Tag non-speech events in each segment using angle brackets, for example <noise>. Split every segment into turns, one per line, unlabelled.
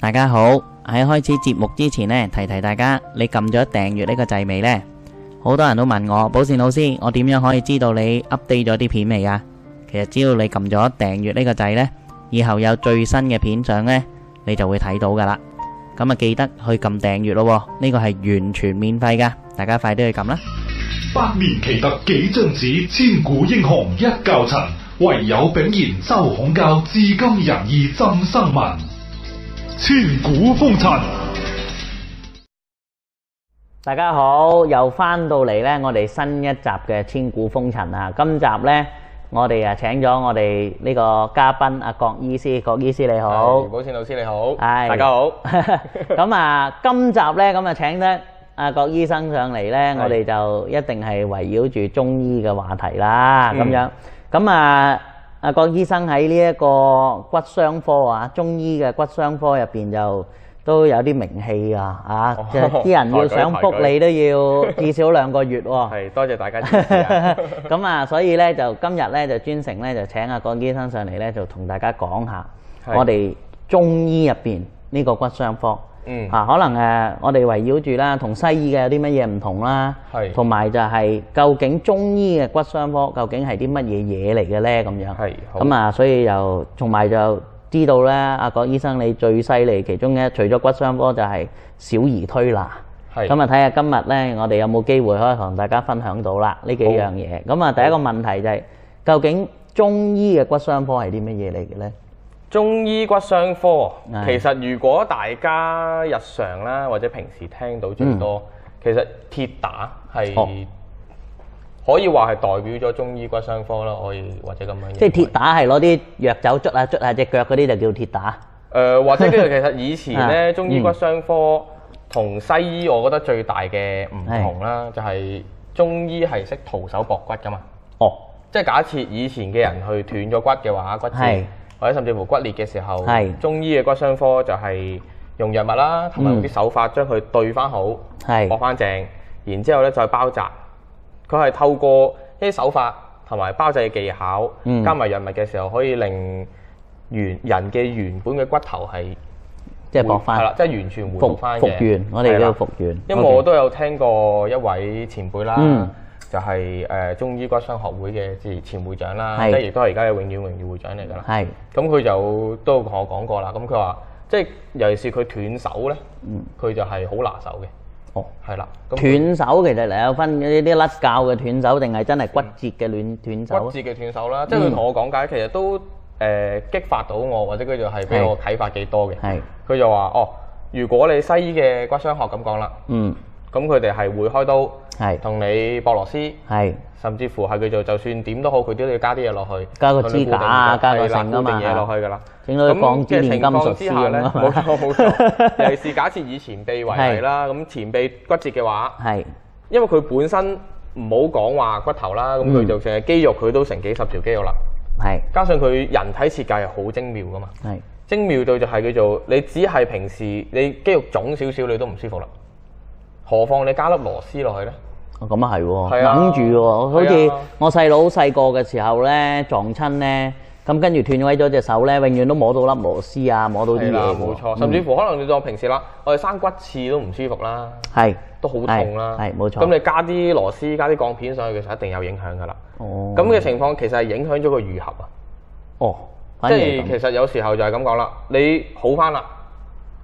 大家好，喺開始節目之前呢，提提大家，你撳咗訂閱呢個掣未呢？好多人都問我，寶善老師，我點樣可以知道你 update 咗啲片未啊？其實只要你撳咗訂閱呢個掣呢，以後有最新嘅片相呢，你就會睇到噶啦。咁啊，記得去撳訂閱咯喎，呢個係完全免費噶，大家快啲去撳啦！
百年奇特幾張紙，千古英雄一窖塵。唯有炳然周孔教，至今仁義浸生民。千古風塵，
大家好，又翻到嚟呢，我哋新一集嘅《千古風塵》啊！今集呢，我哋啊請咗我哋呢個嘉賓阿郭醫師，郭醫師你好
係，寶善老師你好，
係哦
大家好。
<laughs> 咁啊，今集呢，咁啊請得阿郭醫生上嚟呢，
係
我哋就一定係圍繞住中醫嘅話題啦，咁
嗯
樣。咁啊，阿郭醫生喺呢一個骨傷科啊，中醫嘅骨傷科入邊就都有啲名氣啊，啊
哦，
即係啲人要想
抬舉
復你都要至少兩個月喎。
<laughs> 係多謝大家支
<laughs>
持 <laughs> 啊
咁啊，所以咧就今日咧就專程咧就請阿郭醫生上嚟咧，就同大家講下
係
我哋中醫入邊呢個骨傷科。
嗯
啊，可能誒、呃我哋圍繞住啦，同西醫嘅有啲乜嘢唔同啦，
係
同埋就係究竟中醫嘅骨傷科究竟係啲乜嘢嘢嚟嘅咧？咁樣
係好
咁啊，所以又同埋就知道咧，阿郭醫生你最犀利，其中一除咗骨傷科就係小兒推拿。
係
咁啊，睇下今日咧，我哋有冇機會可以同大家分享到啦呢幾樣嘢。咁啊，第一個問題就係、究竟中醫嘅骨傷科係啲乜嘢嚟嘅咧？
中醫骨傷科
係，
其實如果大家日常啦，或者平時聽到最多，其實鐵打
嗯
係、
哦
可以話係代表咗中醫骨傷科啦，可以或者咁樣。
即係鐵。打係攞啲藥酒捽下捽下只腳嗰啲就叫鐵打。
誒、呃或者
<laughs>
叫做其實以前
啊
咧，中醫骨傷科同西醫，我覺得最大嘅唔同啦，就係中醫係識徒手駁骨噶嘛。
哦，
即係假設以前嘅人去斷咗骨嘅話，骨
係
折或者甚至乎骨裂嘅時候
係，嗯
中醫嘅骨傷科就係用藥物啦，同埋用啲手法將佢對翻好，
係
駁翻正，然之後咧再包紮。佢係透過呢啲手法同埋包紮嘅技巧，
嗯
加埋藥物嘅時候，可以令原人嘅原本嘅骨頭係
即係駁
係
翻
啦，即係完全回復
復
翻嘅
復原，我哋
係
叫
啦
復原。
因為我都有聽過一位前輩啦，
嗯
就係、誒中醫骨傷學會嘅前前會長啦，
係
即係亦都係而家嘅永遠榮譽會長嚟㗎啦
OK，。係
咁佢就都同我講過啦，咁佢話即係尤其是佢斷手咧，佢就係好拿手嘅，
嗯哦。
係啦。咁
斷手其實有分呢啲甩骹嘅斷手，定係真係骨折嘅斷斷手
骨折嘅斷手啦，即係佢同我講解，其實都誒、呃激發到我，或者佢就係俾我啟發幾多嘅。
係
佢就話哦，如果你西醫嘅骨傷學咁講啦，
嗯
咁佢哋係會開刀
係
同你博螺絲。
係
甚至乎係叫做就算點都好，佢都要加啲嘢落去，
加個
同你
支架啊
固定咗
加個
係
繩啊嘛
啦固定嘢落去㗎啦。
整到佢鋼之煉金
咁
術
嘅
師
情況之下咧，
咁啊
冇
<laughs>
錯冇錯。 <laughs> 尤其是假設以前臂為
係
例啦，咁前臂骨折嘅話，
係
因為佢本身唔好講話骨頭啦，咁佢
嗯
就成日肌肉佢都成幾十條肌肉啦，
係
加上佢人體設計係好精妙㗎嘛，
係
精妙到就係叫做你只係平時你肌肉腫少少你都唔舒服啦，何況你加粒螺絲落去咧？
哦咁啊係喎，
係啊
諗住喎，好似
係啊
我細佬細個嘅時候咧撞親咧，咁跟住斷位咗隻手咧，永遠都摸到粒螺絲啊，摸到啲嘢
係啦，
喎
冇錯，
嗯
甚至乎可能你當平時啦，我哋生骨刺都唔舒服啦，
係
都好痛啦，
係係冇錯
咁你加啲螺絲、加啲鋼片上去嘅時候，一定有影響噶啦。
哦
咁嘅情況其實係影響咗個愈合啊，
哦，
即
反而係
係
咁
其實有時候就係咁講啦，你好翻啦，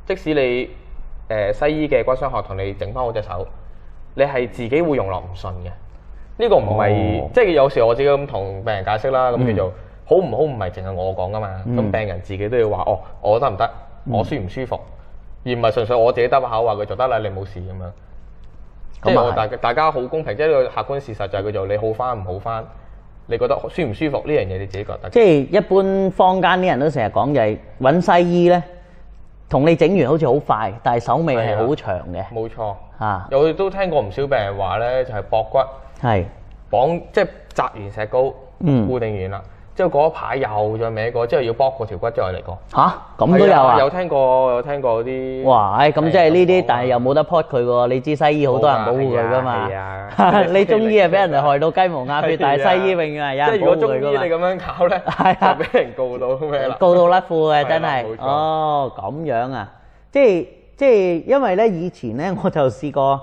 即使你誒、呃西醫嘅骨傷學同你整翻好隻手，你係自己會用落唔順嘅。呢、個唔係、
哦
即係有時我自己咁同病人解釋啦，咁
嗯
叫做好唔好唔係淨係我講噶嘛，咁、
嗯
病人自己都要話哦，我得唔得？我舒唔舒服？而唔係純粹我自己得把口話佢做得啦，你冇事咁樣。即
咁
係
啊
我
係
大大家好公平，即係呢個客觀事實就係佢做你好翻唔好翻，你覺得舒唔舒服呢樣嘢你自己覺得。
即係一般坊間啲人都成日講就係揾西醫咧，同你整完好似好快，但係手尾係好長嘅
冇錯，
嚇，
我哋都聽過唔少病人話咧，就係駁骨
係
綁，即係紮完石膏，
嗯
固定完啦，之後嗰一排又再歪過，之後要剝過條骨再嚟過。
吓，咁都有
係有
啊！
聽過，有聽過啲。
哇，唉咁即係呢啲，但係
有
又冇得 pot 佢喎。你知西醫好多人保護佢噶
冇啊係
嘛
啊？
<laughs> 你中醫係俾人哋害到雞毛鴨血，但係西醫永遠係有
即係
人
如
保
果
護
中醫
佢
你
噶嘛？
咁樣搞咧，
係啊
就俾人告到咩啦？
告到甩褲嘅真係
係啦冇，錯
哦咁樣啊！即係即係因為咧，以前咧我就試過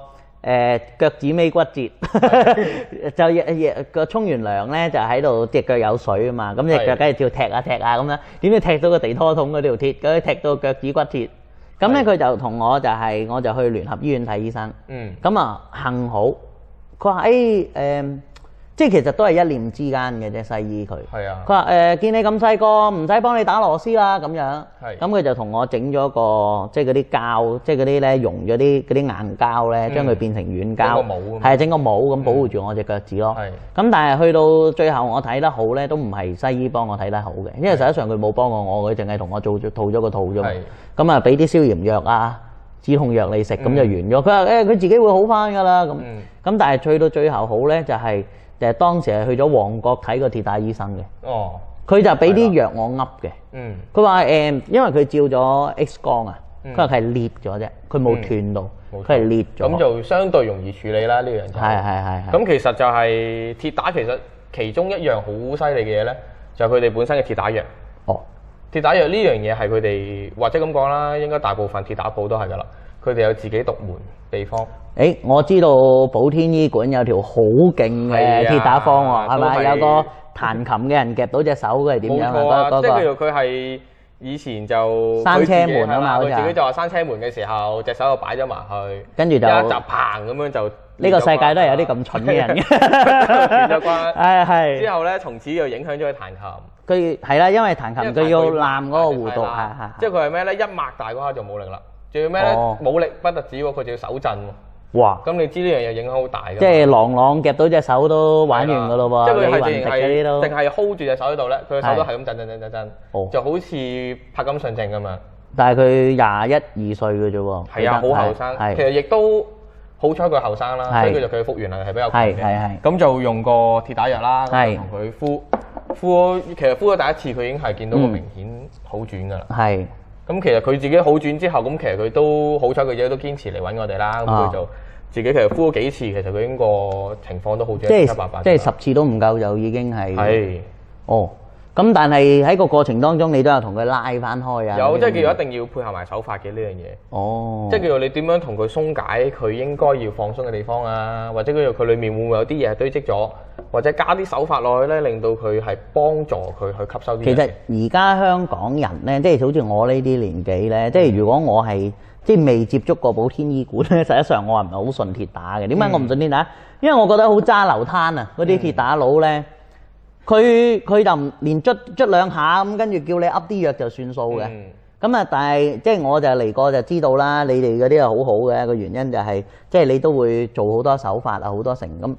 誒、呃、腳趾尾骨
<laughs>
折，就日日個沖完涼咧就喺度只腳有水啊嘛，咁只腳
係
梗係照踢啊下踢下咁樣，點知踢到個地拖桶嗰條鐵，咁踢到腳趾骨折，咁咧
係
佢就同我就係、我就去聯合醫院睇醫生。
嗯，
咁啊，幸好佢話誒誒，即係其實都係一念之間嘅啫，西醫佢。
係啊
佢話誒，見你咁細個，唔使幫你打螺絲啦，咁樣。
係
咁佢就同我整咗個即係嗰啲膠，即係嗰啲咧溶咗啲嗰啲硬膠咧，
嗯
將佢變成軟
整個
膠
帽咁，
係啊整個帽咁保護住我只腳趾咯。
係
咁但係去到最後我睇得好咧，都唔係西醫幫我睇得好嘅，因為實際上佢冇幫過我，佢淨係同我做咗套咗個套啫嘛
係。
咁啊，俾啲消炎藥啊、止痛藥你食，咁就完咗。佢話誒，佢自己會好翻㗎啦。咁咁
嗯、
但係去到最後好咧，就係、就係當時係去咗旺角睇個鐵打醫生嘅，
哦，
佢就俾啲藥我噏嘅。
嗯，
佢話誒，因為佢照咗 X 光啊，
嗯
佢話佢係裂咗啫，佢冇斷到，
冇
佢係裂咗。
咁就相對容易處理啦呢樣嘢。
係係係係。
咁其實就係鐵打，其實其中一樣好犀利嘅嘢咧，就係佢哋本身嘅鐵打藥。
哦，
鐵打藥呢樣嘢係佢哋或者咁講啦，應該大部分鐵打鋪都係噶啦，佢哋有自己獨門秘方。
誒、我知道寶天醫館有條好勁嘅
係啊
鐵打方喎，係
都
咪
係
有個彈琴嘅人夾到隻手佢係點
冇
樣
錯啊，
啊？嗰嗰
即係
個
叫做佢係以前就
閂車門啊嘛
佢自己係
好似係
佢自己就話閂車門嘅時候，隻手就擺咗埋去，
跟住就
一集棚咁樣就
呢個世界都係有啲咁蠢嘅
<laughs>
人嘅
變咗
<laughs>
關
係係
之後咧，從此就影響咗佢彈琴。
佢係啦，因為彈琴佢要攬嗰個
弧
弧度，
度，
係係
即係
係。
佢係咩咧？一擘大嗰下就冇力啦，仲要咩咧？
哦
冇力不特止喎，佢仲要手震喎。
哇！
咁你知呢樣嘢影響好大㗎嘛。
即係朗朗夾到隻手都玩完噶咯
即
喎，
係佢
李雲
係
迪嗰
淨
啲
係
都
淨。係 hold 住隻手喺度咧，佢嘅手都
係
係咁震震震震震
哦，
就好似柏金遜症咁樣。
但係佢廿一二歲嘅啫喎，
係啊，
記得
好後生，其實
係
亦都好彩佢後生啦，
係
所以佢就佢嘅復原能力係比較強
係
嘅。
係係。
咁就用個鐵打藥啦，咁
係
就同佢敷敷，其實敷咗第一次，佢已經係見到個
嗯
明顯好轉㗎啦。
係
咁其實佢自己好轉之後，咁其實佢都好彩，佢嘢都堅持嚟揾我哋啦。咁
啊
佢就自己其實敷咗幾次，其實佢應個情況都好轉
即
七七八八
係
㗎啦。
即係十次都唔夠就已經係
係
哦。咁但係喺個過程當中，你都有同佢拉翻開啊？
有，即係叫
叫
做一定要配合埋手法嘅呢樣嘢。
哦，
即係叫做你點樣同佢鬆解佢應該要放鬆嘅地方啊，或者叫做佢裡面會唔會有啲嘢係堆積咗，或者加啲手法落去咧，令到佢係幫助佢去吸收啲嘢。
其實而家香港人咧，即係好似我呢啲年紀咧，即係如果我係即係未接觸過寶天醫館 <laughs> 咧，實際上我係唔係好信鐵打嘅？點解我唔信鐵打？因為我覺得好揸流攤啊！嗰啲鐵打佬咧，佢佢就唔連捽捽兩下咁，跟住叫你噏啲藥就算數嘅。
嗯
咁啊，但係即係我就嚟過就知道啦，你哋嗰啲係好好嘅，個原因就係、即係你都會做好多手法啊，好多成咁。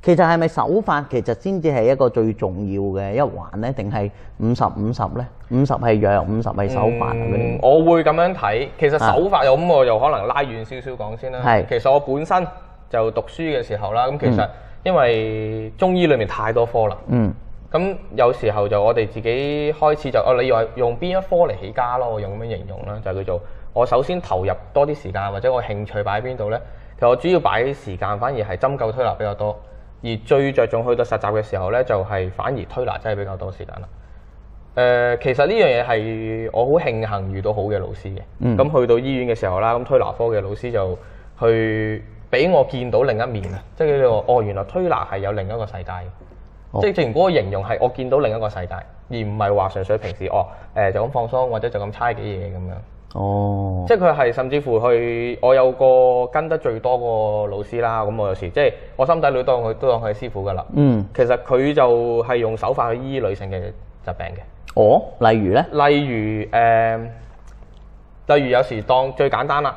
其實係咪手法其實先至係一個最重要嘅一環呢？定係五十五十呢？五十係藥，五十係手法咁
嗯
樣。
我會咁樣睇。其實手法有咁，我就可能拉遠少少講先啦。
係
其實我本身就讀書嘅時候啦，咁其實因為中醫裏面太多科啦，
嗯，
咁有時候就我哋自己開始就哦，你話用邊一科嚟起家咯？我用咁樣形容啦，就叫做我首先投入多啲時間，或者我興趣擺喺邊度呢？其實我主要擺時間反而係針灸推拿比較多，而最着重去到實習嘅時候呢，就係、反而推拿真係比較多時間啦。誒、其實呢樣嘢係我好慶幸遇到好嘅老師嘅。咁、
嗯
去到醫院嘅時候啦，咁推拿科嘅老師就去俾我見到另一面啊，即係佢話哦，原來推拿係有另一個世界嘅。
哦
即係正如嗰個形容係我見到另一個世界，而唔係話純粹平時哦誒、就咁放鬆或者就咁猜幾嘢咁樣。
哦，
即係佢係甚至乎去我有個跟得最多個老師啦，咁我有時即係我心底裏當佢都當佢係師傅㗎啦。
嗯，
其實佢就係用手法去醫女性嘅疾病嘅。
哦，例如呢，
例如誒、例如有時當最簡單啦，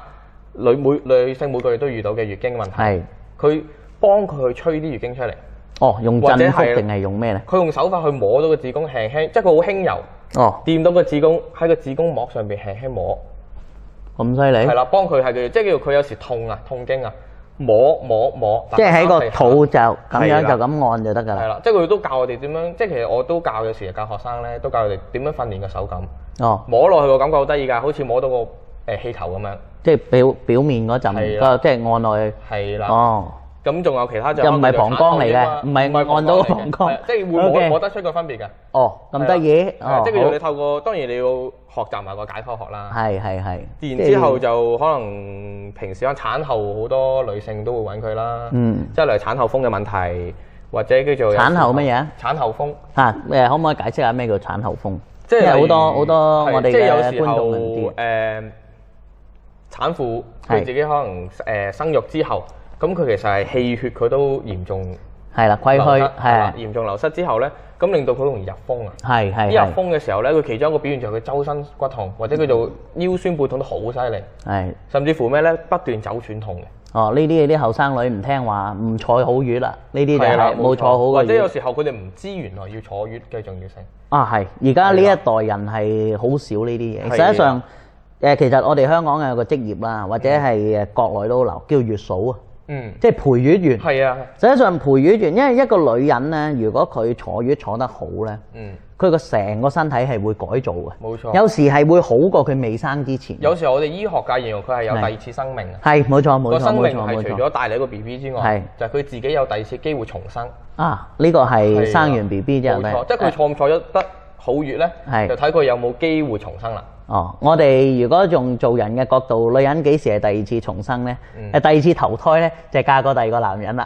女每女性每個月都遇到嘅月經問題，
係
佢幫佢去吹啲月經出嚟，
哦，用
或者
振幅
係
定係用咩呢？
佢用手法去摸到個子宮輕輕，即係佢好輕柔，
哦，
掂到個子宮喺個子宮膜上邊輕輕摸，
咁犀利
係，啦，幫佢係叫即係叫佢有時痛啊痛經啊，摸摸摸，
即係喺個
打打
肚就咁樣
係啦
就咁按就得㗎
係
啦。
啦，即係佢都教我哋點樣，即係其實我都教有時教學生咧，都教佢哋點樣訓練個手感，
哦，
摸落去個感覺好得意㗎，好似摸到個誒氣球咁樣。
即係表表面嗰陣，
係
個
啦
即係按落去。
係啦，
哦，
咁仲有其他啊就
又唔係膀胱嚟嘅唔係按到個
膀
膀胱
係即係
<laughs>
會摸
OK
摸得出個分別嘅。
哦，咁得意，
係啊
哦，
即係叫做你透過，當然你要學習埋個解剖學啦。
係係係，
然
即係
之後就可能平時喺產後好多女性都會揾佢啦，
嗯
即係例如產後風嘅問題，或者叫做有
產後乜嘢啊
產後風，
嚇誒，可唔可以解釋下咩叫產後風？
即係
因為好多
例如
好多
係
我哋
即係有
嘅
時
觀眾
候
唔知
誒、產婦
係
佢自己可能誒、生育之後，咁佢其實係氣血佢都嚴重
係啦，虧
流失
虛
係啦
係
嚴重流失之後咧，咁令到佢容易入風啊。
係係
一入
係
風嘅時候咧，佢其中一個表現就係佢周身骨痛，或者叫做腰酸背痛都好犀利，
係。
甚至乎咩咧不斷走轉痛嘅。
哦，呢啲啲後生女唔聽話，唔坐好月啦，呢啲就
係啦
係冇坐好
或
個
者
月
有。時候佢哋唔知原來要坐月嘅重要性。
啊，係，而家呢一
係
代
啦
人係好少呢啲嘢。
係
實際上，誒其實我哋香港有個職業啦，或者係誒國內都流，叫月嫂啊，
嗯，
即係陪月員。
係啊，
實際上陪月員，因為一個女人咧，如果佢坐月坐得好咧，
嗯，
佢個成個身體係會改造嘅。
冇錯
有時係會好過佢未生之前。
有時候我哋醫學界形容佢係有
係
第二次生命啊。
係冇錯冇
個
錯
生
冇
命
錯
係
冇
除
錯
咗帶你一個 B B 之
係
外，就係佢自己有第二次機會重生。
啊！呢個係
係
生
啦
完 B B 之後
冇
咧，
錯，即係佢坐唔坐得得好月咧
係，
就睇佢有冇機會重生啦。
哦，我哋如果用做人嘅角度，女人幾時係第二次重生咧？誒、
嗯
第二次投胎咧，就係嫁過第二個男人
<laughs>
啦。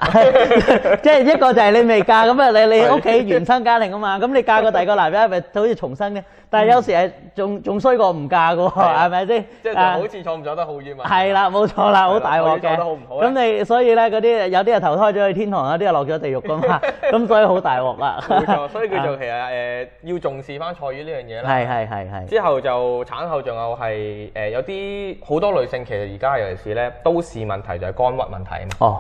即係一個就係你未嫁咁啊，你你屋企原生家庭啊嘛，咁你嫁過第二個男人係咪好似重生咧？但係有時係仲仲衰過唔嫁嘅喎，
係
係咪先？
即係就
啊
好似坐唔坐得好月嘛。
<laughs> 係啦，冇錯啦，好大鑊
我哋做
嘅。
得好唔好咧
咁你所以咧，嗰啲有啲係投胎咗去天堂，有啲係落咗地獄
<laughs>
噶嘛。咁所以好大鑊啦。
冇錯，所以佢
<laughs>
就
啊
其實誒要重視翻坐月呢樣嘢啦。
係係係係
之後就產後仲有係誒、呃有啲好多女性其實而家尤其是咧都市問題就係肝鬱問題啊嘛，
哦，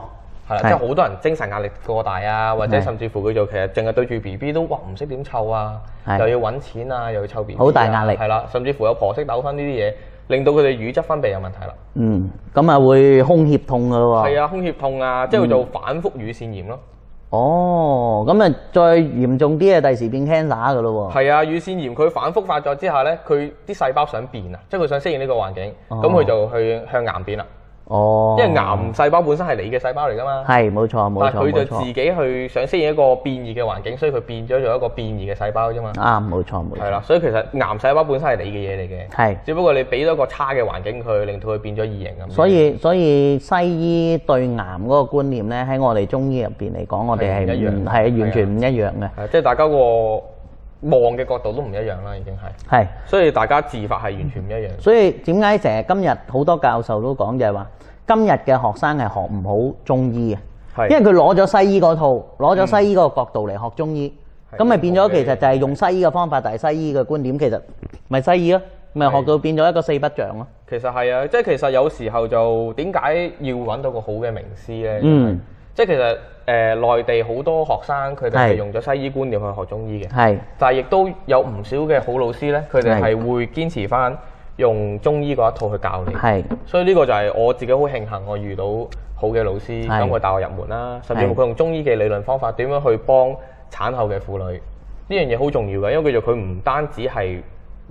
係啦，
係
即係好多人精神壓力過大啊，或者
係
甚至乎佢就其實淨係對住 B B 都哇唔識點湊啊，
係
又要揾錢啊，又要湊 B B，
好大壓力
係啦，甚至乎有婆媳糾紛呢啲嘢，令到佢哋乳汁分泌有問題啦，
嗯，咁啊會胸脅痛噶咯喎。
係啊，胸脅痛啊，即係
嗯
做反覆乳腺炎咯，
哦，咁啊，再嚴重啲啊，第時變 cancer 噶咯喎。
係啊，乳腺炎佢反覆發作之下咧，佢啲細胞想變啊，即係佢想適應呢個環境，
哦
咁佢、就去向癌變啦，
哦，
因為癌細胞本身係你嘅細胞嚟噶嘛。
係冇錯冇
但係
錯
佢就
冇
自己
錯，
去想適應一個變異嘅環境，所以佢變咗做一個變異嘅細胞啫嘛。
啱冇錯冇
係
錯，
啦，所以其實癌細胞本身係你嘅嘢嚟嘅，
係。
只不過你俾咗個差嘅環境佢，令到佢變咗異形咁。
所以所以西醫對癌嗰個觀念咧，喺我哋中醫入邊嚟講，我哋係
係唔一樣
唔係完全唔一樣嘅。
係即係大家個望嘅角度都唔一樣啦，已經係。
係，
所以大家治法係完全唔一樣。
所以點解成日今日好多教授都講就係話，今日嘅學生係學唔好中醫嘅。
係
因為佢攞咗西醫嗰套，攞咗西醫嗰個角度嚟學中醫，
係
咁咪變咗
冇嘅
其實就係用西醫嘅方法，但係西醫嘅觀點其實咪西醫咯，咪
係
學到變咗一個四不像咯。
其實係啊，即係其實有時候就點解要揾到個好嘅名師咧？
嗯，
即係其實誒、呃、內地好多學生佢哋
係
係用咗西醫觀念去學中醫嘅。
係
但係亦都有唔少嘅好老師咧，佢哋係會堅持翻用中醫嗰一套去教你。
係
所以呢個就係我自己好慶幸，我遇到好嘅老師，
係
咁佢帶我入門啦，甚至乎
係
佢用中醫嘅理論方法點樣去幫產後嘅婦女，呢樣嘢好重要嘅，因為佢就佢唔單止係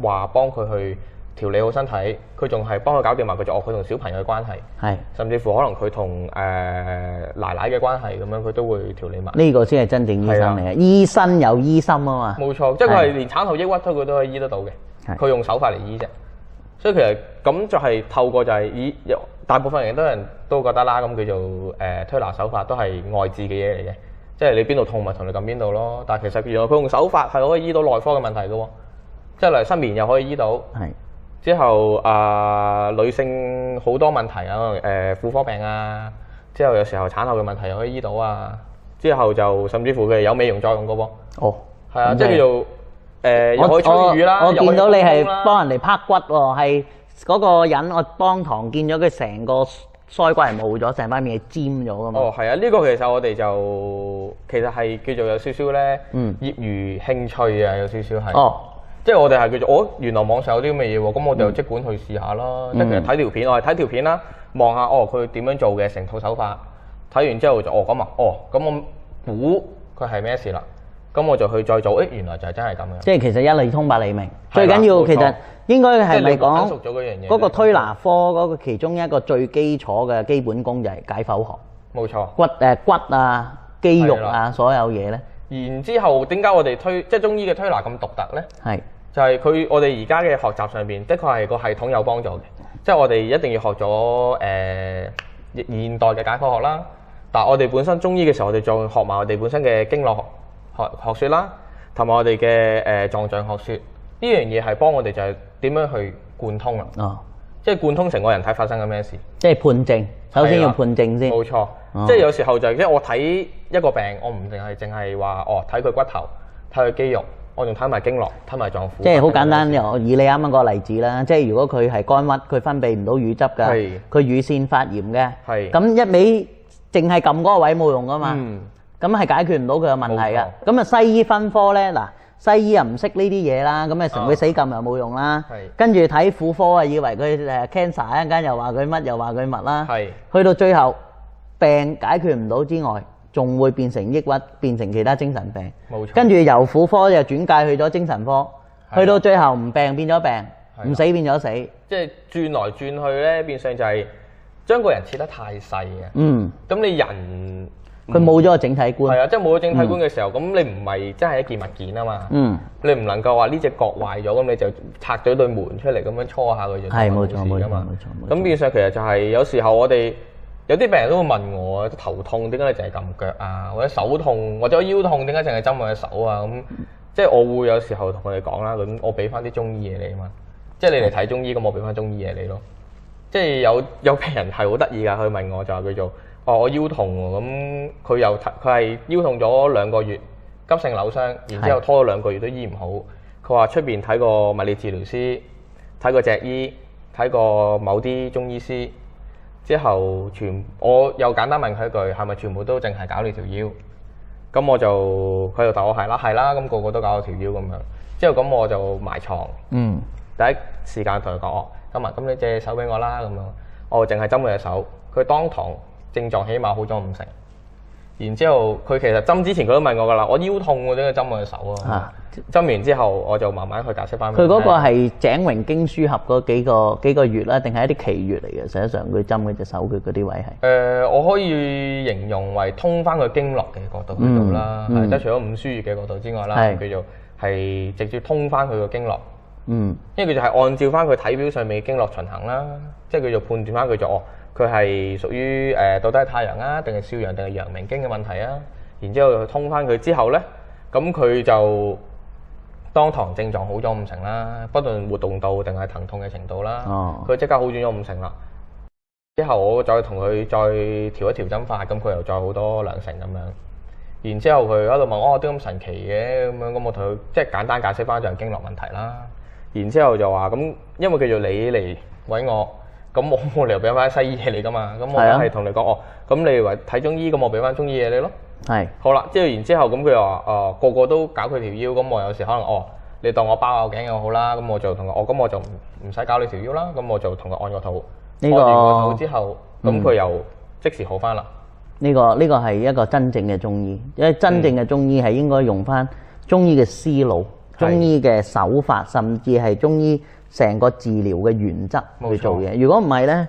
話幫佢去調理好身體，佢仲係幫佢搞掂埋佢就哦佢同小朋友嘅關係，
係，
甚至乎可能佢同誒呃奶奶嘅關係咁樣，佢都會調理埋。
呢個先係真正醫生嚟嘅，醫生有醫心啊嘛。
冇錯，即係佢
係
係連產後抑鬱都佢都可以醫得到嘅
係，
佢用手法嚟醫啫。所以其實咁就係透過就係、以有大部分人都人都覺得啦，咁叫做誒、呃推拿手法都係外治嘅嘢嚟嘅，即係你邊度痛咪同你撳邊度咯。但係其實原來佢用手法係可以醫到內科嘅問題嘅喎，即係例如失眠又可以醫到，
係
之後啊、女性好多問題啊，誒、婦科病啊，之後有時候產後嘅問題又可以醫到啊，之後就甚至乎佢哋有美容作用嘅喎。
哦，
係啊，
咁
即係叫做誒，又可以
我
吹雨啦，
我我
又可以
見到你係
放風啦
幫人哋拍骨喎，係嗰個人我當堂見咗佢成個腮骨係冇咗，成塊面係尖咗噶嘛。
哦，係啊，呢個其實我哋就其實係叫做有少少咧，
嗯
業餘興趣啊，有少少係。
哦，
即係我哋係叫做，哦，原來網上有啲咁嘅嘢喎，咁
嗯
我哋就即管去試下啦。即係其實睇條片，我係睇條片啦，望下哦佢點樣做嘅成套手法，睇完之後就哦咁啊，哦咁我估佢係咩事啦，咁我就去再做，誒原來就係真係咁樣。
即係其實一理通百理明，最
係啦
緊要
冇錯
其實應該係咪
即係你會
講
成熟咗嗰樣嘢
嗰個推拿科嗰個其中一個最基礎嘅基本功就係解剖學。
冇錯。
骨誒骨啊、肌肉
係
啊，
啦
所有嘢咧，
然之後點解我哋推即係中醫嘅推拿咁獨特呢？
係
就係佢我哋而家嘅學習上邊，的確係個系統有幫助嘅。即係我哋一定要學咗誒、呃、現代嘅解剖學啦，但係我哋本身中醫嘅時候，我哋仲學埋我哋本身嘅經絡學學學説啦，同埋我哋嘅誒臟象學説呢樣嘢係幫我哋就係點樣去貫通啦，
哦，
即係貫通成個人體發生緊咩事。
即係判症，首先要判症先，
冇錯，
哦
即係有時候就係即係我睇一個病，我唔淨係淨係話哦睇佢骨頭，睇佢肌肉，我仲睇埋經絡，睇埋臟腑。
即係好簡單。又以你啱啱個例子啦，即係如果佢係肝鬱，佢分泌唔到乳汁
係
㗎，佢乳腺發炎嘅，
係
咁一味淨係撳嗰個位冇用㗎嘛。
嗯，
咁係解決唔到佢嘅問題嘅
冇。
咁啊西醫分科咧，嗱西醫又唔識呢啲嘢啦，咁啊成佢
啊
死撳又冇用啦
係。
跟住睇婦科啊，以為佢誒 cancer，一陣間又話佢乜，又話佢乜啦。
係
去到最後病解決唔到之外，仲會變成抑鬱，變成其他精神病。
冇錯
跟住由婦科又轉介去咗精神科，
係啊
去到最後唔病變咗病，唔死變咗死。
即係轉來轉去咧，變相就係將個人切得太細嘅。
嗯，
咁你人
佢冇咗個整體
係
觀。
啊，即係冇咗整體觀嘅時候，咁、你唔係真係一件物件啊嘛。
嗯，
你唔能夠話呢只角壞咗，咁你就拆咗對門出嚟咁樣搓下佢就
係冇錯
事㗎嘛
冇錯冇錯冇錯
咁變相其實就係有時候我哋有啲病人都會問我頭痛點解你淨係撳腳啊，或者手痛或者腰痛點解淨係針我隻手啊咁，
嗯
即係我會有時候同佢哋講啦，咁我俾翻啲中醫嘢你啊嘛，即係
嗯
你嚟睇中醫咁，我俾翻中醫嘢你咯。即係有 <laughs> 有病人係好得意㗎，佢問我就話佢做，哦我腰痛喎，咁佢又睇佢係腰痛咗兩個月，急性扭傷，然之
係
後拖咗兩個月都醫唔好。佢話出邊睇過物理治療師，睇過脊醫，睇過某啲中醫師，之後全我又簡單問佢一句，係咪全部都淨係搞你條腰？咁我就佢就答我係啦係啦，咁個個都搞我條腰咁樣。之後咁我就埋床。
嗯，
第一時間同佢講哦，咁啊，咁你借手俾我啦，咁樣，我淨係針佢隻手，佢當堂症狀起碼好咗五成。然之後佢其實針之前佢都問我噶啦，我腰痛我都要針我隻手啊
啊。
針完之後我就慢慢去解釋翻。
佢嗰個係井榮經書俠嗰幾個幾個月啦，定係一啲奇穴嚟嘅？實際上佢針嗰隻手佢嗰啲位係。
誒、呃我可以形容為通翻佢經絡嘅角度去做啦，
嗯
係
嗯
即係除咗五輸液嘅角度之外啦，
係
叫做係直接通翻佢個經絡。
嗯，
因為佢就係按照翻佢體表上面嘅經絡循行啦，即係佢就判斷翻佢就哦，佢係屬於誒、呃到底係太陽啊，定係少陽定係陽明經嘅問題啊。然之後佢通翻佢之後咧，咁佢就當堂症狀好咗五成啦，不論活動度定係疼痛嘅程度啦，
哦
佢即刻好轉咗五成啦。之後我再同佢再調一調針法，咁佢又再好多兩成咁樣。然之後佢喺度問我點咁神奇嘅咁樣，咁我同佢即係簡單解釋翻就係經絡問題啦。然之後就話咁，因為叫做你嚟揾我，咁我冇理由俾翻西醫嘢你噶嘛。咁我
係啊
係同你講哦，咁你話睇中醫，咁我俾翻中醫嘢你咯。
係
好啦，之後然之後咁佢又話哦個個都搞佢條腰，咁我有時可能哦你當我包拗頸啊又好啦，咁我就同佢哦咁我就唔唔使搞你條腰啦，咁我就同佢按個肚，
呢個
按完個肚之後，咁
嗯
佢又即時好翻啦。
呢、個呢、個係一個真正嘅中醫，因為真正嘅中醫係應該用翻中醫嘅思路、
係
中醫嘅手法，甚至係中醫成個治療嘅原則去
冇錯
做嘢。如果唔係咧，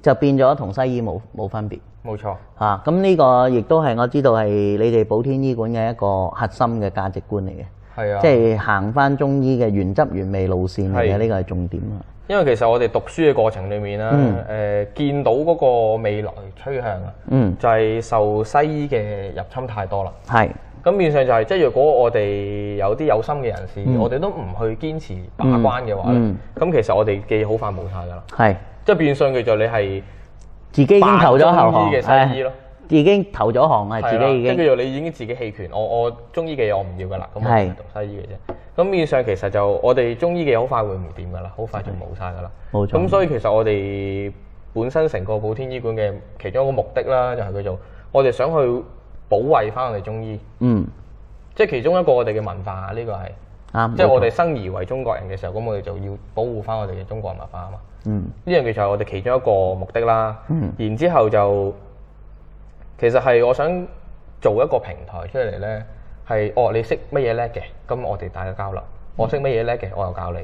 就變咗同西醫冇冇分別。
冇錯，
啊，咁呢個亦都係我知道係你哋寶天醫館嘅一個核心嘅價值觀嚟嘅，
係啊，
即係行翻中醫嘅原汁原味路線嚟嘅，
係
呢個係重點啊。
因為其實我哋讀書嘅過程裏面啦，誒、
嗯
見到嗰個未來趨向啊，
嗯，
就係受西醫嘅入侵太多啦。
係。
咁變相就係、即係若果我哋有啲有心嘅人士，
嗯
我哋都唔去堅持把關嘅話咧，咁、
嗯
其實我哋嘅好快冇晒㗎啦。
係
即係變相叫做你係
自己已經投咗後行，
扮中醫嘅西醫咯，
已經投咗行係自
啦
己已
即係叫
經
做你已經自己棄權，我我中醫嘅嘢我唔要㗎啦，咁我
係
淨係讀西醫嘅啫。咁變相其實就我哋中醫嘅嘢好快會唔掂㗎啦，好快就冇晒㗎啦。
冇錯
咁所以其實我哋本身成個寶天醫館嘅其中一個目的啦，就係叫做我哋想去保衞翻我哋中醫，
嗯
即係其中一個我哋嘅文化啊呢、個係。
啱，
即係
冇
我哋
錯
生而為中國人嘅時候，咁我哋就要保護翻我哋嘅中國文化啊嘛。
嗯
呢樣嘢就係我哋其中一個目的啦。
嗯
然之後就其實係我想做一個平台出嚟呢，
嗯
係哦你識乜嘢叻嘅，咁我哋大家交流；我識乜嘢叻嘅，我又教你。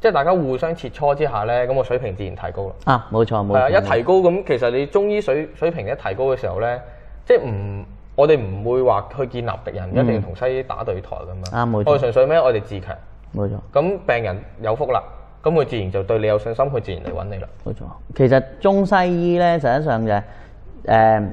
即係大家互相切磋之下咧，咁個水平自然提高啦。
啊，冇錯冇
係
錯。
啊，一提高咁，其實你中醫水水平一提高嘅時候咧，即係唔我哋唔會話去建立敵人，一定要同西醫打對台
啱
咁樣。
嗯啊冇錯
我哋純粹咩？我哋自強。
冇錯。
咁病人有福啦，咁佢自然就對你有信心，佢自然嚟揾你啦。
冇錯，其實中西醫咧，實際上就係、誒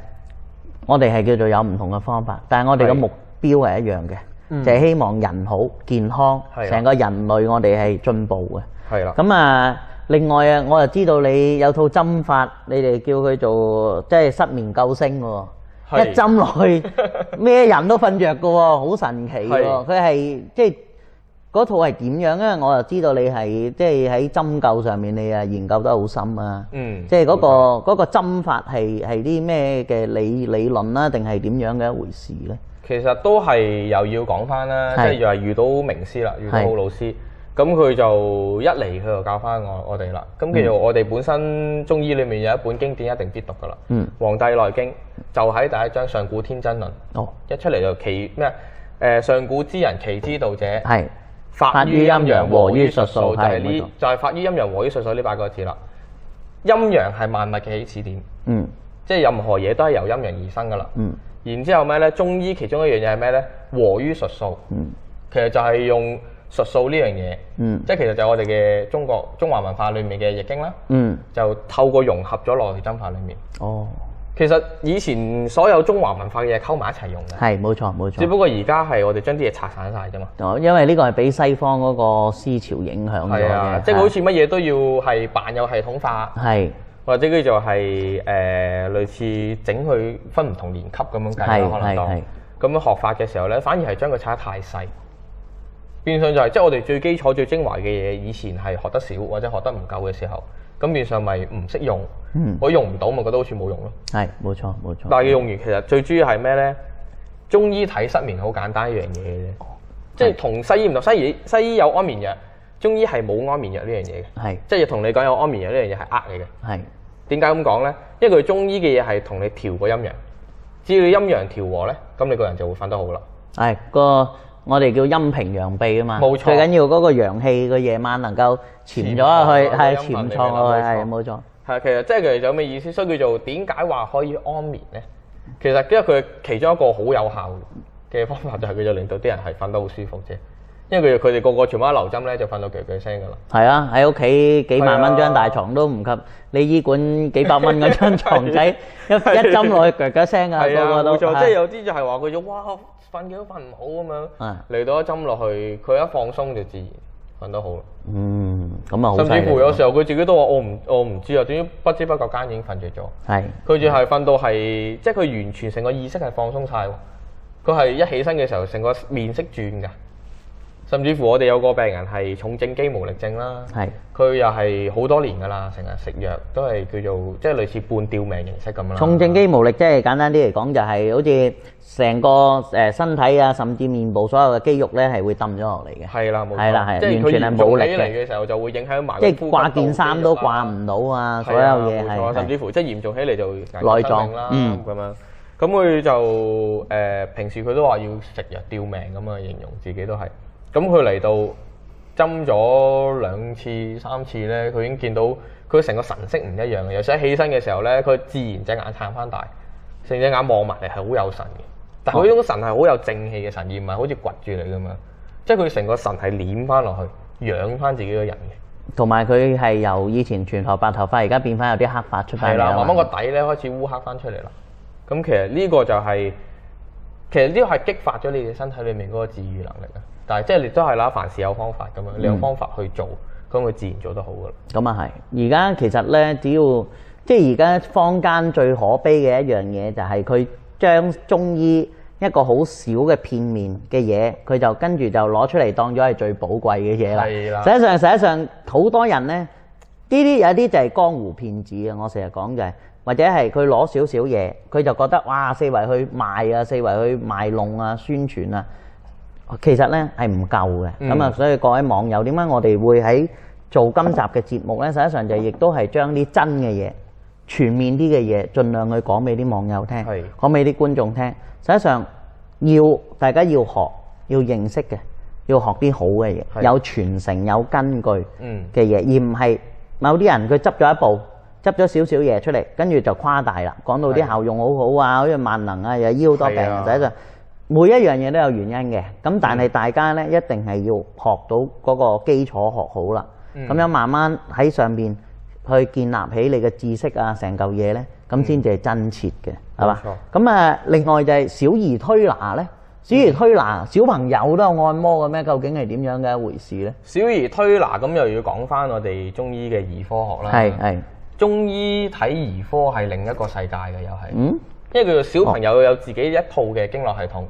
我哋係叫做有唔同嘅方法，但係我哋嘅
係
目標係一樣嘅，就係希望人好健康
係，啊
成個人類我哋係進步嘅。
係啦
咁啊，另外啊，我就知道你有套針法，你哋叫佢做即係失眠救星嘅喎。
<laughs> 係
一針落去，咩人都瞓着嘅喎，好神奇嘅喎。
係
佢係即係嗰套係點樣？因為我就知道你係即係喺針灸上面，你啊研究得好深啊。
嗯
即係嗰、個嗰個針法係係啲咩嘅理理論啦、定係點樣嘅一回事咧？
其實都係又要講翻啦，即
係
係又係遇到名師啦，遇到好老師，咁佢就一嚟佢就教翻我我哋啦。咁
嗯
其實我哋本身中醫裏面有一本經典一定必讀噶啦，
嗯
黃帝內經》就喺第一章《上古天真論》，
哦，
一出嚟就其咩？誒、上古之人，其之道者，
係
法於陰陽，和於術
法於陰陽和於術數
數，就係
係冇錯
呢就係法於陰陽，和於術數呢八個字啦。陰陽係萬物嘅起始點。
嗯
即係任何嘢都係由陰陽而生噶啦。
嗯
然之後咩咧？中醫其中一樣嘢係咩咧？和於術數，
嗯
其實就係用術數呢樣嘢，
嗯
即係其實就係我哋嘅中國中華文化裏面嘅易經啦，
嗯，
就透過融合咗落去針法裏面。
哦，
其實以前所有中華文化嘅嘢溝埋一齊用嘅，
係冇錯冇
只
錯。
不過而家係我哋將啲嘢拆散晒啫嘛。
哦，因為呢個係俾西方嗰個思潮影響咗
係啊，
嘅，
即係好似乜嘢都要係扮有系統化，
係
或者佢就係、誒、呃類似整佢分唔同年級咁樣計
係
啦，可能當
係
咁樣學法嘅時候咧，反而係將佢拆得太細，變相就係、即係我哋最基礎最精華嘅嘢，以前係學得少或者學得唔夠嘅時候，咁變相咪唔識用，
嗯
我用唔到咪覺得好似冇用咯。
係冇錯冇錯。
但係用完其實最主要係咩咧？中醫睇失眠好簡單一樣嘢嘅啫，即係同西醫唔同，西醫西醫有安眠藥，中醫係冇安眠藥呢樣嘢嘅，
係
即係同你講有安眠藥呢樣嘢係呃你嘅。
係
點解咁講呢？因為佢中醫嘅嘢係同你調個陰陽，只要陰陽調和呢，咁你個人就會瞓得好啦。
係個我哋叫陰平陽秘啊嘛，
冇錯
最緊要嗰個陽氣個夜晚能夠潛咗去，係潛
潛藏咗
藏落去，係
陰魂
冇錯。
係，啊其實即係佢哋有咩意思？所以叫做點解話可以安眠呢？其實因為佢其中一個好有效嘅方法就係佢就令到啲人係瞓得好舒服啫。因為佢哋佢哋個個全部一留針呢，就瞓到鋸鋸聲噶啦。
係啊，喺屋企幾萬蚊張
係啊
大床都唔及你醫館幾百蚊嗰張床仔，一一
係
針落去腳腳聲啊，個個都
冇錯，
係
即係有啲就係話佢咗哇瞓幾都瞓唔好
啊
咁樣，嚟到一針落去，佢一放鬆就自然瞓得好啦。
嗯，咁啊好
甚
犀利
至乎有時候佢自己都話我唔我唔知啊，點知不知不覺間已經瞓着咗。
係
佢仲係瞓到係，即係佢完全成個意識係放鬆晒喎。佢係一起身嘅時候，成個面色轉㗎。甚至乎我哋有個病人係重症肌無力症啦，
係
佢又係好多年㗎啦，成日食藥都係叫做即係類似半吊命形式咁啦。
重症肌無力，即係簡單啲嚟講就係好似成個誒身體啊，甚至面部所有嘅肌肉咧係會揼咗落嚟嘅，
係啦，冇錯
係啦係
即係
完
佢
全係
嚴
冇
重
力
起
嘅
嚟嘅時候就會影響埋
即
個呼吸道。
係掛件衫都掛
肌肉啊
唔到啊，所
係
有
啊
嘢
冇錯
係
甚至
係
乎即係嚴重起嚟就
內
內
臟
啦
嗯
咁樣。咁佢就誒、呃平時佢都話要食藥吊命咁啊，形容自己都係。咁佢嚟到針咗兩次三次咧，佢已經見到佢成個神色唔一樣嘅。有時一起身嘅時候咧，佢自然隻眼撐翻大，成隻眼望埋嚟係好有神嘅。但
哦
係佢呢種神係好有正氣嘅神，而唔係好似掘住你咁樣。即係佢成個神係攣翻落去，養翻自己個人嘅。
同埋佢係由以前全頭白頭髮，而家變翻有啲黑髮出翻
係
嚟
啦，
啊嘛
慢慢個底咧開始烏黑翻出嚟啦。咁其實呢個就係、其實呢個係激發咗你嘅身體裏面嗰個自愈能力啊。但係即係你都係啦，凡事有方法咁樣，你有方法去做，咁佢自然做得好噶啦。
咁啊係，而家其實咧，只要即係而家坊間最可悲嘅一樣嘢，就係佢將中醫一個好少嘅片面嘅嘢，佢就跟住就攞出嚟當咗係最寶貴嘅嘢啦。
係啦
實際上實際上好多人咧，呢啲有啲就係江湖騙子啊！我成日講就係、或者係佢攞少少嘢，佢就覺得哇，四圍去賣啊，四圍去賣弄啊，宣傳啊。其實咧係唔夠嘅，咁啊、所以各位網友點解我哋會喺做今集嘅節目咧？實際上就亦都係將啲真嘅嘢、全面啲嘅嘢，盡量去講俾啲網友聽
係，
講俾啲觀眾聽。實際上要大家要學，要認識嘅，要學啲好嘅嘢，
係
有傳承有根據
嗯
嘅嘢，而唔係某啲人佢執咗一步，執咗少少嘢出嚟，跟住就誇大啦，講到啲
係
效用好好啊，好似萬能啊，又醫好多病
係
啊
啊，
實際上每一樣嘢都有原因嘅。咁但係大家咧一定係要學到嗰個基礎學好啦，
嗯
咁樣慢慢喺上邊去建立起你嘅知識啊，成嚿嘢咧，咁先至係真切嘅，係嘛
冇錯？
咁啊，另外就係小兒推拿咧，小兒推拿小朋友都有按摩嘅咩？究竟係點樣嘅一回事咧？
小兒推拿咁又要講翻我哋中醫嘅兒科學啦。
係係，
中醫睇兒科係另一個世界嘅，又係，
嗯，
因為佢做小朋友有自己一套嘅經絡系統。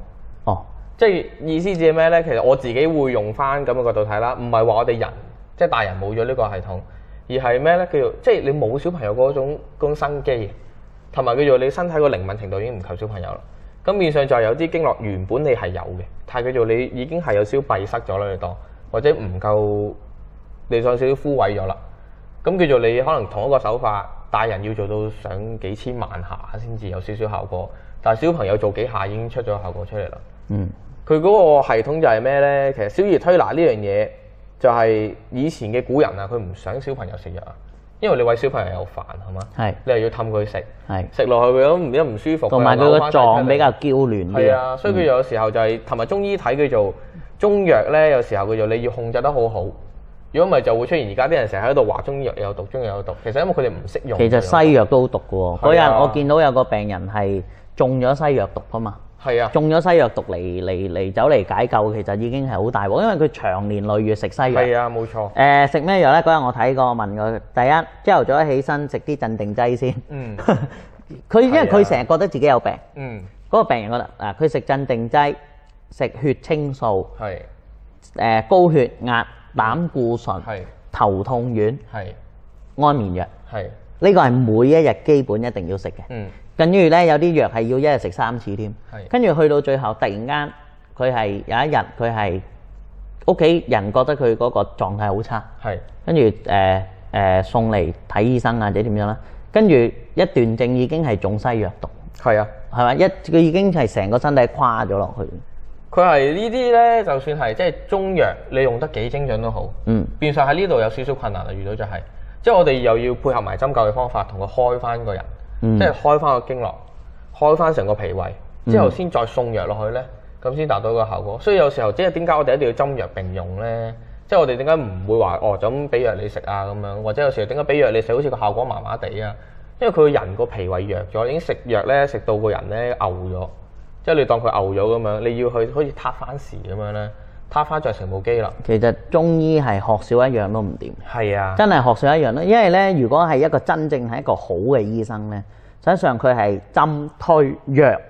哦，
即係意思指係咩呢？其實我自己會用翻咁嘅角度睇啦，唔係話我哋人即係大人冇咗呢個系統，而係咩呢？叫做即係你冇小朋友嗰種嗰種生機，同埋叫做你身體個靈敏程度已經唔及小朋友啦。咁面上就係有啲經絡原本你係有嘅，但係叫做你已經係有少少閉塞咗啦，你當或者唔夠你上少少枯萎咗啦。咁叫做你可能同一個手法，大人要做到上幾千萬下先至有少少效果，但係小朋友做幾下已經出咗效果出嚟啦。
嗯，
佢嗰個系統就係咩呢？其實小兒推拿呢樣嘢就係以前嘅古人啊，佢唔想小朋友食藥啊，因為你餵小朋友有飯係嘛，
係
你又要氹佢食，
係，
食落去佢都唔一唔舒服，
同埋佢
又
個
扭返晒出嚟
臟比較嬌嫩
係
啲
啊，所以佢有時候就係同埋中醫睇佢做中藥咧，有時候佢就你要控制得好好。如果唔係就會出現而家啲人成日喺度話中藥有毒，中藥有毒。其實因為佢哋唔識用。
其實西藥都好毒嘅喎。嗰
係啊
日我見到有個病人係中咗西藥毒啊嘛。
係啊，
中咗西藥毒嚟嚟嚟走嚟解救，其實已經係好大鑊，因為佢長年累月食西藥。
係啊，冇錯。
誒食咩藥咧？嗰日我睇過，問佢第一朝頭早一起身食啲鎮定劑 <laughs> 先。
嗯
佢因為
係啊
佢成日覺得自己有病，嗰、
嗯，
個病人覺得啊，佢食鎮定劑、食血清素、
係
誒、高血壓、膽固醇、
係
頭痛丸、
係
安眠藥，
係
呢個係每一日基本一定要食嘅。
嗯
跟住咧，有啲藥係要一日食三次添。
係
跟住去到最後，突然間佢係有一日佢係屋企人覺得佢嗰個狀態好差，
係
跟住誒誒送嚟睇醫生啊或者點樣啦。跟住一段症已經係中西藥毒，
係啊。
係咪？一佢已經係成個身體垮咗落去。
佢係呢啲咧，就算係即係中藥，你用得幾精準都好，
嗯，
變相喺呢度有少少困難啊！遇到就係、即係我哋又要配合埋針灸嘅方法，同佢開翻個人，
嗯
即係開翻個經絡，開翻成個脾胃，之後先再送藥落去咧，咁先達到個效果。所以有時候即係點解我哋一定要針藥並用咧？即係我哋點解唔會話哦就咁俾藥你食啊咁樣，或者有時候點解俾藥你食好似個效果麻麻地啊？因為佢個人個脾胃弱咗，已經食藥咧食到個人咧嘔咗。即係你當佢牛咗咁樣，你要去好似塌翻時咁樣咧，塌翻着成部機啦。
其實中醫係學少一樣都唔掂。
係啊
真係學上一樣咯。因為咧，如果係一個真正係一個好嘅醫生咧，實際上佢係針推藥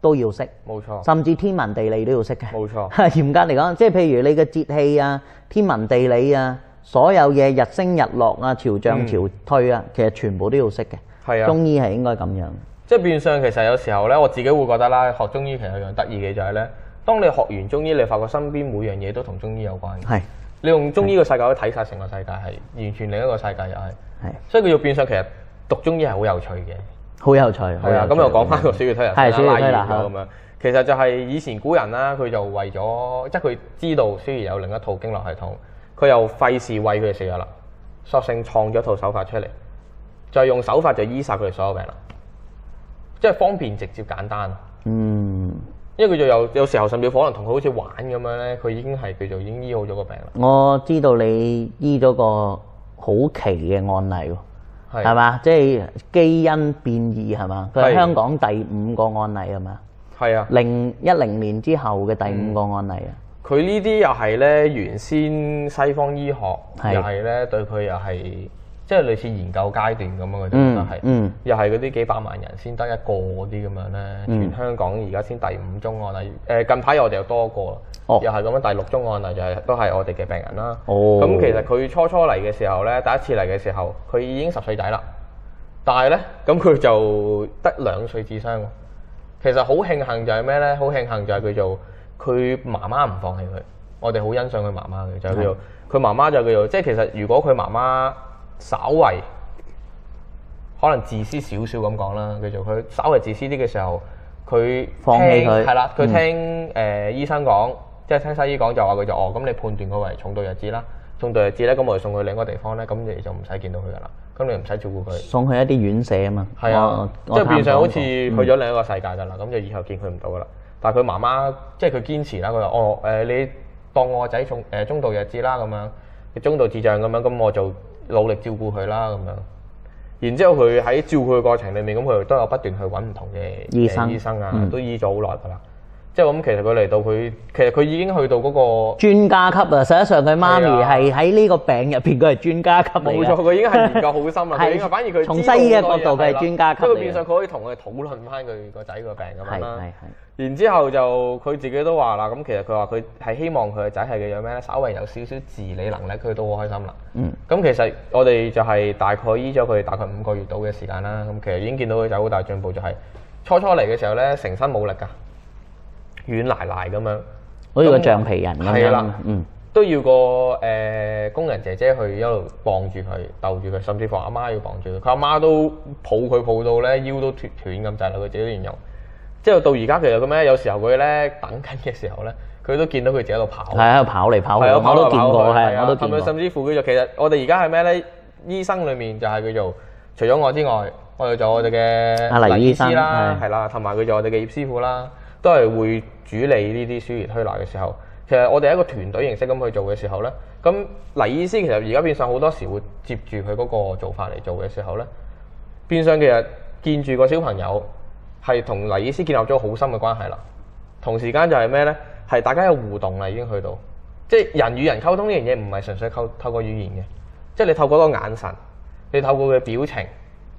都要識，
冇錯，
甚至天文地理都要識嘅。
冇錯
<laughs> 嚴格嚟講，即係譬如你嘅節氣啊、天文地理啊、所有嘢日升日落啊、潮漲
嗯
潮退啊，其實全部都要識嘅。
係啊
中醫係應該咁樣。
即係變相其實有時候咧，我自己會覺得啦，學中醫其實有樣得意嘅就係咧，當你學完中醫，你發覺身邊每樣嘢都同中醫有關嘅。
係
你用中醫個世界去睇晒成個世界，係完全另一個世界又係。
係
所以佢要變相其實讀中醫係好有趣嘅。
好有趣。
係啊，咁又講翻個小兒推拿
係小兒推拿
拉遠咗咁樣。其實就係以前古人啦，佢就為咗即係佢知道小兒有另一套經絡系統，佢又費事餵佢哋食藥啦，索性創咗套手法出嚟，就係用手法就醫晒佢哋所有病啦，即係方便直接簡單。啊
嗯。
因為佢就有有時候甚至乎可能同佢好似玩咁樣咧，佢已經係叫做已經醫好咗個病啦。
我知道你醫咗個好奇嘅案例喎，
係
係嘛？即係基因變異係嘛？佢係
係
香港第五個案例係嘛？
係啊，
零一零年之後嘅第五個案例啊，
佢呢啲又係咧，原先西方醫學
係
又係咧對佢又係即係類似研究階段咁樣嘅，
嗯
覺得係，
嗯
又係嗰啲幾百萬人先得一個嗰啲咁樣咧，
嗯
全香港而家先第五宗案例，誒、近排我哋又多過啦，
哦
又係咁樣第六宗案例就係、都係我哋嘅病人啦。
哦
咁其實佢初初嚟嘅時候咧，第一次嚟嘅時候，佢已經十歲仔啦，但係咧咁佢就得兩歲智商喎。其實好慶幸就係咩咧？好慶幸就係佢做佢媽媽唔放棄佢，我哋好欣賞佢媽媽嘅，就係叫做佢媽媽就叫做即係其實如果佢媽媽稍為可能自私少少咁講啦，叫做佢稍為自私啲嘅時候，佢
放棄
聽
佢
係啦，佢
嗯
聽誒、呃、醫生講，即係聽西醫講就話佢就哦，咁你判斷佢為重度弱智啦，重度弱智咧，咁我哋送佢另一個地方咧，咁你就唔使見到佢噶啦，咁你唔使照顧佢。
送去一啲院舍啊嘛。
係啊，即
我
係變相好似
我探
去。
訪過嗯
咗另一個世界㗎啦，咁就以後見佢唔到㗎啦。但係佢媽媽即係佢堅持啦，佢話哦誒、你當我個仔重誒、中度弱智啦咁樣，你中度智障咁樣，咁我就努力照顧佢啦咁樣。然之後佢喺照顧嘅過程裡面，咁佢都有不斷去揾唔同嘅
醫生
誒醫生啊，
嗯
都醫咗好耐㗎啦。即係咁，其實佢嚟到佢，其實佢已經去到嗰、個。
專家級啊！實際上佢媽咪
係啊
係喺呢個病入邊，佢係專家級嚟
冇
㗎
錯，佢已經係研究好
<laughs>
深啦。佢
係
已經反而佢
從
知道
西醫嘅
好多嘢
角度佢係
啦
專家級
所以佢
嚟
變
嘅
相佢可以同佢討論翻佢個仔個病咁樣
係係
啦。
係。
然之後就佢自己都話啦，咁其實佢話佢係希望佢個仔係嘅樣咩咧，稍微有少少自理能力，佢都好開心啦。
嗯。
咁其實我哋就係大概醫咗佢大概五個月到嘅時間啦。咁其實已經見到佢有好大進步，就係、初初嚟嘅時候咧，成身冇力㗎，軟賴賴咁樣。
好似個橡皮人咁
係
樣
啦
啊。嗯。
都要個誒、呃工人姐姐去一路傍住佢、鬥住佢，甚至乎阿媽要傍住佢。佢阿媽都抱佢抱到咧腰都脱斷咁滯啦，佢自己都形容。之後到而家其實咁咧，有時候佢咧等緊嘅時候咧，佢都見到佢自己喺度跑。
嗯係喺度跑嚟跑去，
係啊，
我都見過，
係
係
啊
我都見
咁樣
過。
甚至乎叫做其實我哋而家係咩咧？醫生裡面就係叫做除咗我之外，我哋就我哋嘅
阿黎醫生
師啦，
係
係啦，同埋佢就我哋嘅葉師傅啦，都係會主理呢啲輸液推拿嘅時候。其實我哋係一個團隊形式咁去做嘅時候咧，咁黎醫師其實而家變相好多時會接住佢嗰個做法嚟做嘅時候咧，變相其實見住個小朋友係同黎醫師建立咗好深嘅關係啦。同時間就係咩咧？係大家有互動啦，已經去到，即係人與人溝通呢樣嘢唔係純粹透透過語言嘅，即係你透過個眼神，你透過佢嘅表情，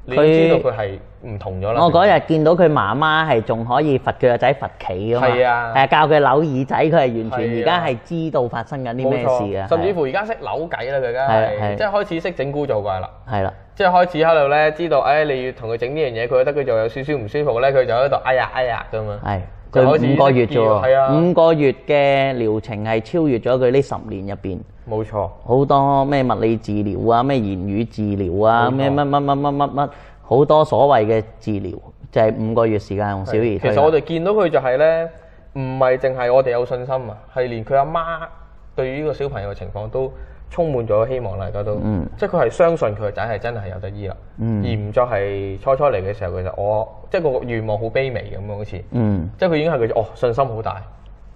你已經知道佢係唔同咗啦。
我嗰日見到佢媽媽係仲可以罰佢個仔罰企㗎嘛，
係啊
誒教佢扭耳仔，佢係完全
係啊
而家係知道發生緊啲咩
冇
事嘅，
錯，甚至
係
乎而家識扭計啦，佢而家
係啊係
係即係開始識整蠱做怪啦。
係啦，
即係開始喺度咧，知道誒、哎你要同佢整呢樣嘢，佢覺得佢就有少少唔舒服咧，佢就喺度哎呀哎呀咁樣。
係
就開始
佢五個月啫
係
喎，
啊
五個月嘅療程係超越咗佢呢十年入邊。
冇錯，
好多咩物理治療啊，咩言語治療啊，
冇錯
咩乜乜乜乜乜乜，好多所謂嘅治療，就係、五個月時間用小兒
其
推
實我
拿。
哋見到佢就係咧，唔係淨係我哋有信心啊，係連佢阿媽對於呢個小朋友嘅情況都充滿咗希望啦，而家都，
嗯
即係佢係相信佢個仔係真係有得醫啦，
嗯
而唔再係初初嚟嘅時候，其實我即係個願望好卑微咁樣好似。
嗯，
即係佢已經係佢哦信心好大。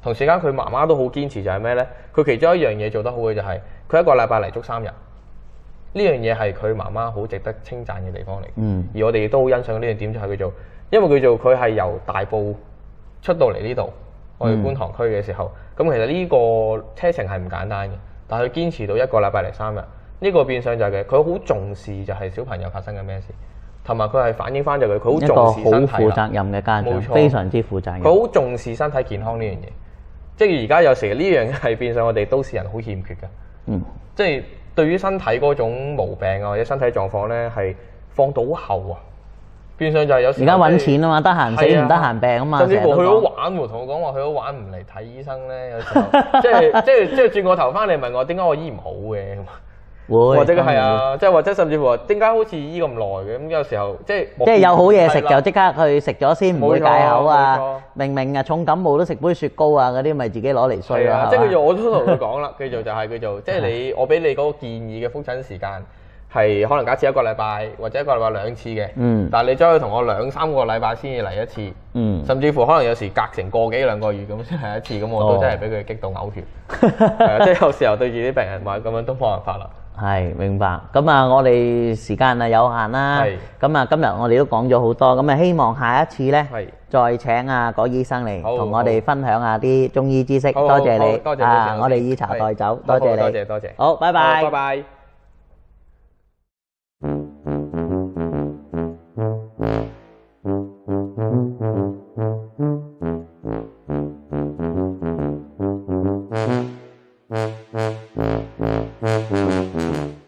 同時間佢媽媽都好堅持就係咩呢？佢其中一樣嘢做得好嘅就係、佢一個禮拜嚟足三日。呢樣嘢係佢媽媽好值得稱讚嘅地方嚟。
嗯
而我哋亦都好欣賞呢樣點就係佢做，因為佢做佢係由大埔出到嚟呢度，我哋觀塘區嘅時候，
嗯
咁、其實呢個車程係唔簡單嘅，但係佢堅持到一個禮拜嚟三日，呢、個變相就係佢佢好重視就係小朋友發生緊咩事，同埋佢係反映翻就係佢
一
佢
個
好
好
重視身體啦
負責任嘅家長，
冇錯
非常之負責任。
佢好重視身體健康呢樣嘢，即係而家有時呢樣嘢係變相我哋都市人好欠缺嘅，
嗯，
即係對於身體嗰種毛病啊或者身體狀況咧係放到好後啊，變相就係有時
而家揾錢
啊
啊嘛，得閒死
à.
唔得閒病啊嘛，
甚至乎
成
去
日
咗
都講
玩喎，同我講話去咗玩唔嚟睇醫生咧，有時候即係即係即係轉個頭翻嚟問我點解我醫唔好嘅咁啊
會
或者係，
Ừ.
啊，即係或者甚至乎話點解好似醫咁耐嘅咁有時候即係
即係有好嘢食
係啦
就即刻去食咗先，唔會戒口啊。明明啊重感冒都食杯雪糕啊，嗰啲咪自己攞嚟衰
係
啦
啊，。即係
係
佢
嘛
就我都同佢講
<laughs>
啦，佢就就係佢就即係你我俾你嗰個建議嘅覆診時間係可能假設一個禮拜或者一個禮拜兩次嘅，
嗯
但係你將佢同我兩三個禮拜先至嚟一次，
嗯
甚至乎可能有時隔成個幾兩個月咁先嚟一次，咁我
哦
都真係俾佢激到
<laughs>
嘔血，係啊，即係有時候對住啲病人話咁樣都冇辦法啦，
係明白，咁啊，我哋時間啊有限啦
係，
咁啊，今日我哋都講咗好多，咁啊，希望下一次呢，
係
再請阿郭醫生嚟
好
同我哋分享下啲中醫知識，
好
多謝
好
你，
多謝多謝
啊，
多謝
我哋以茶代酒，多
好
謝你，
多謝多謝
好，拜
好拜拜。
Thank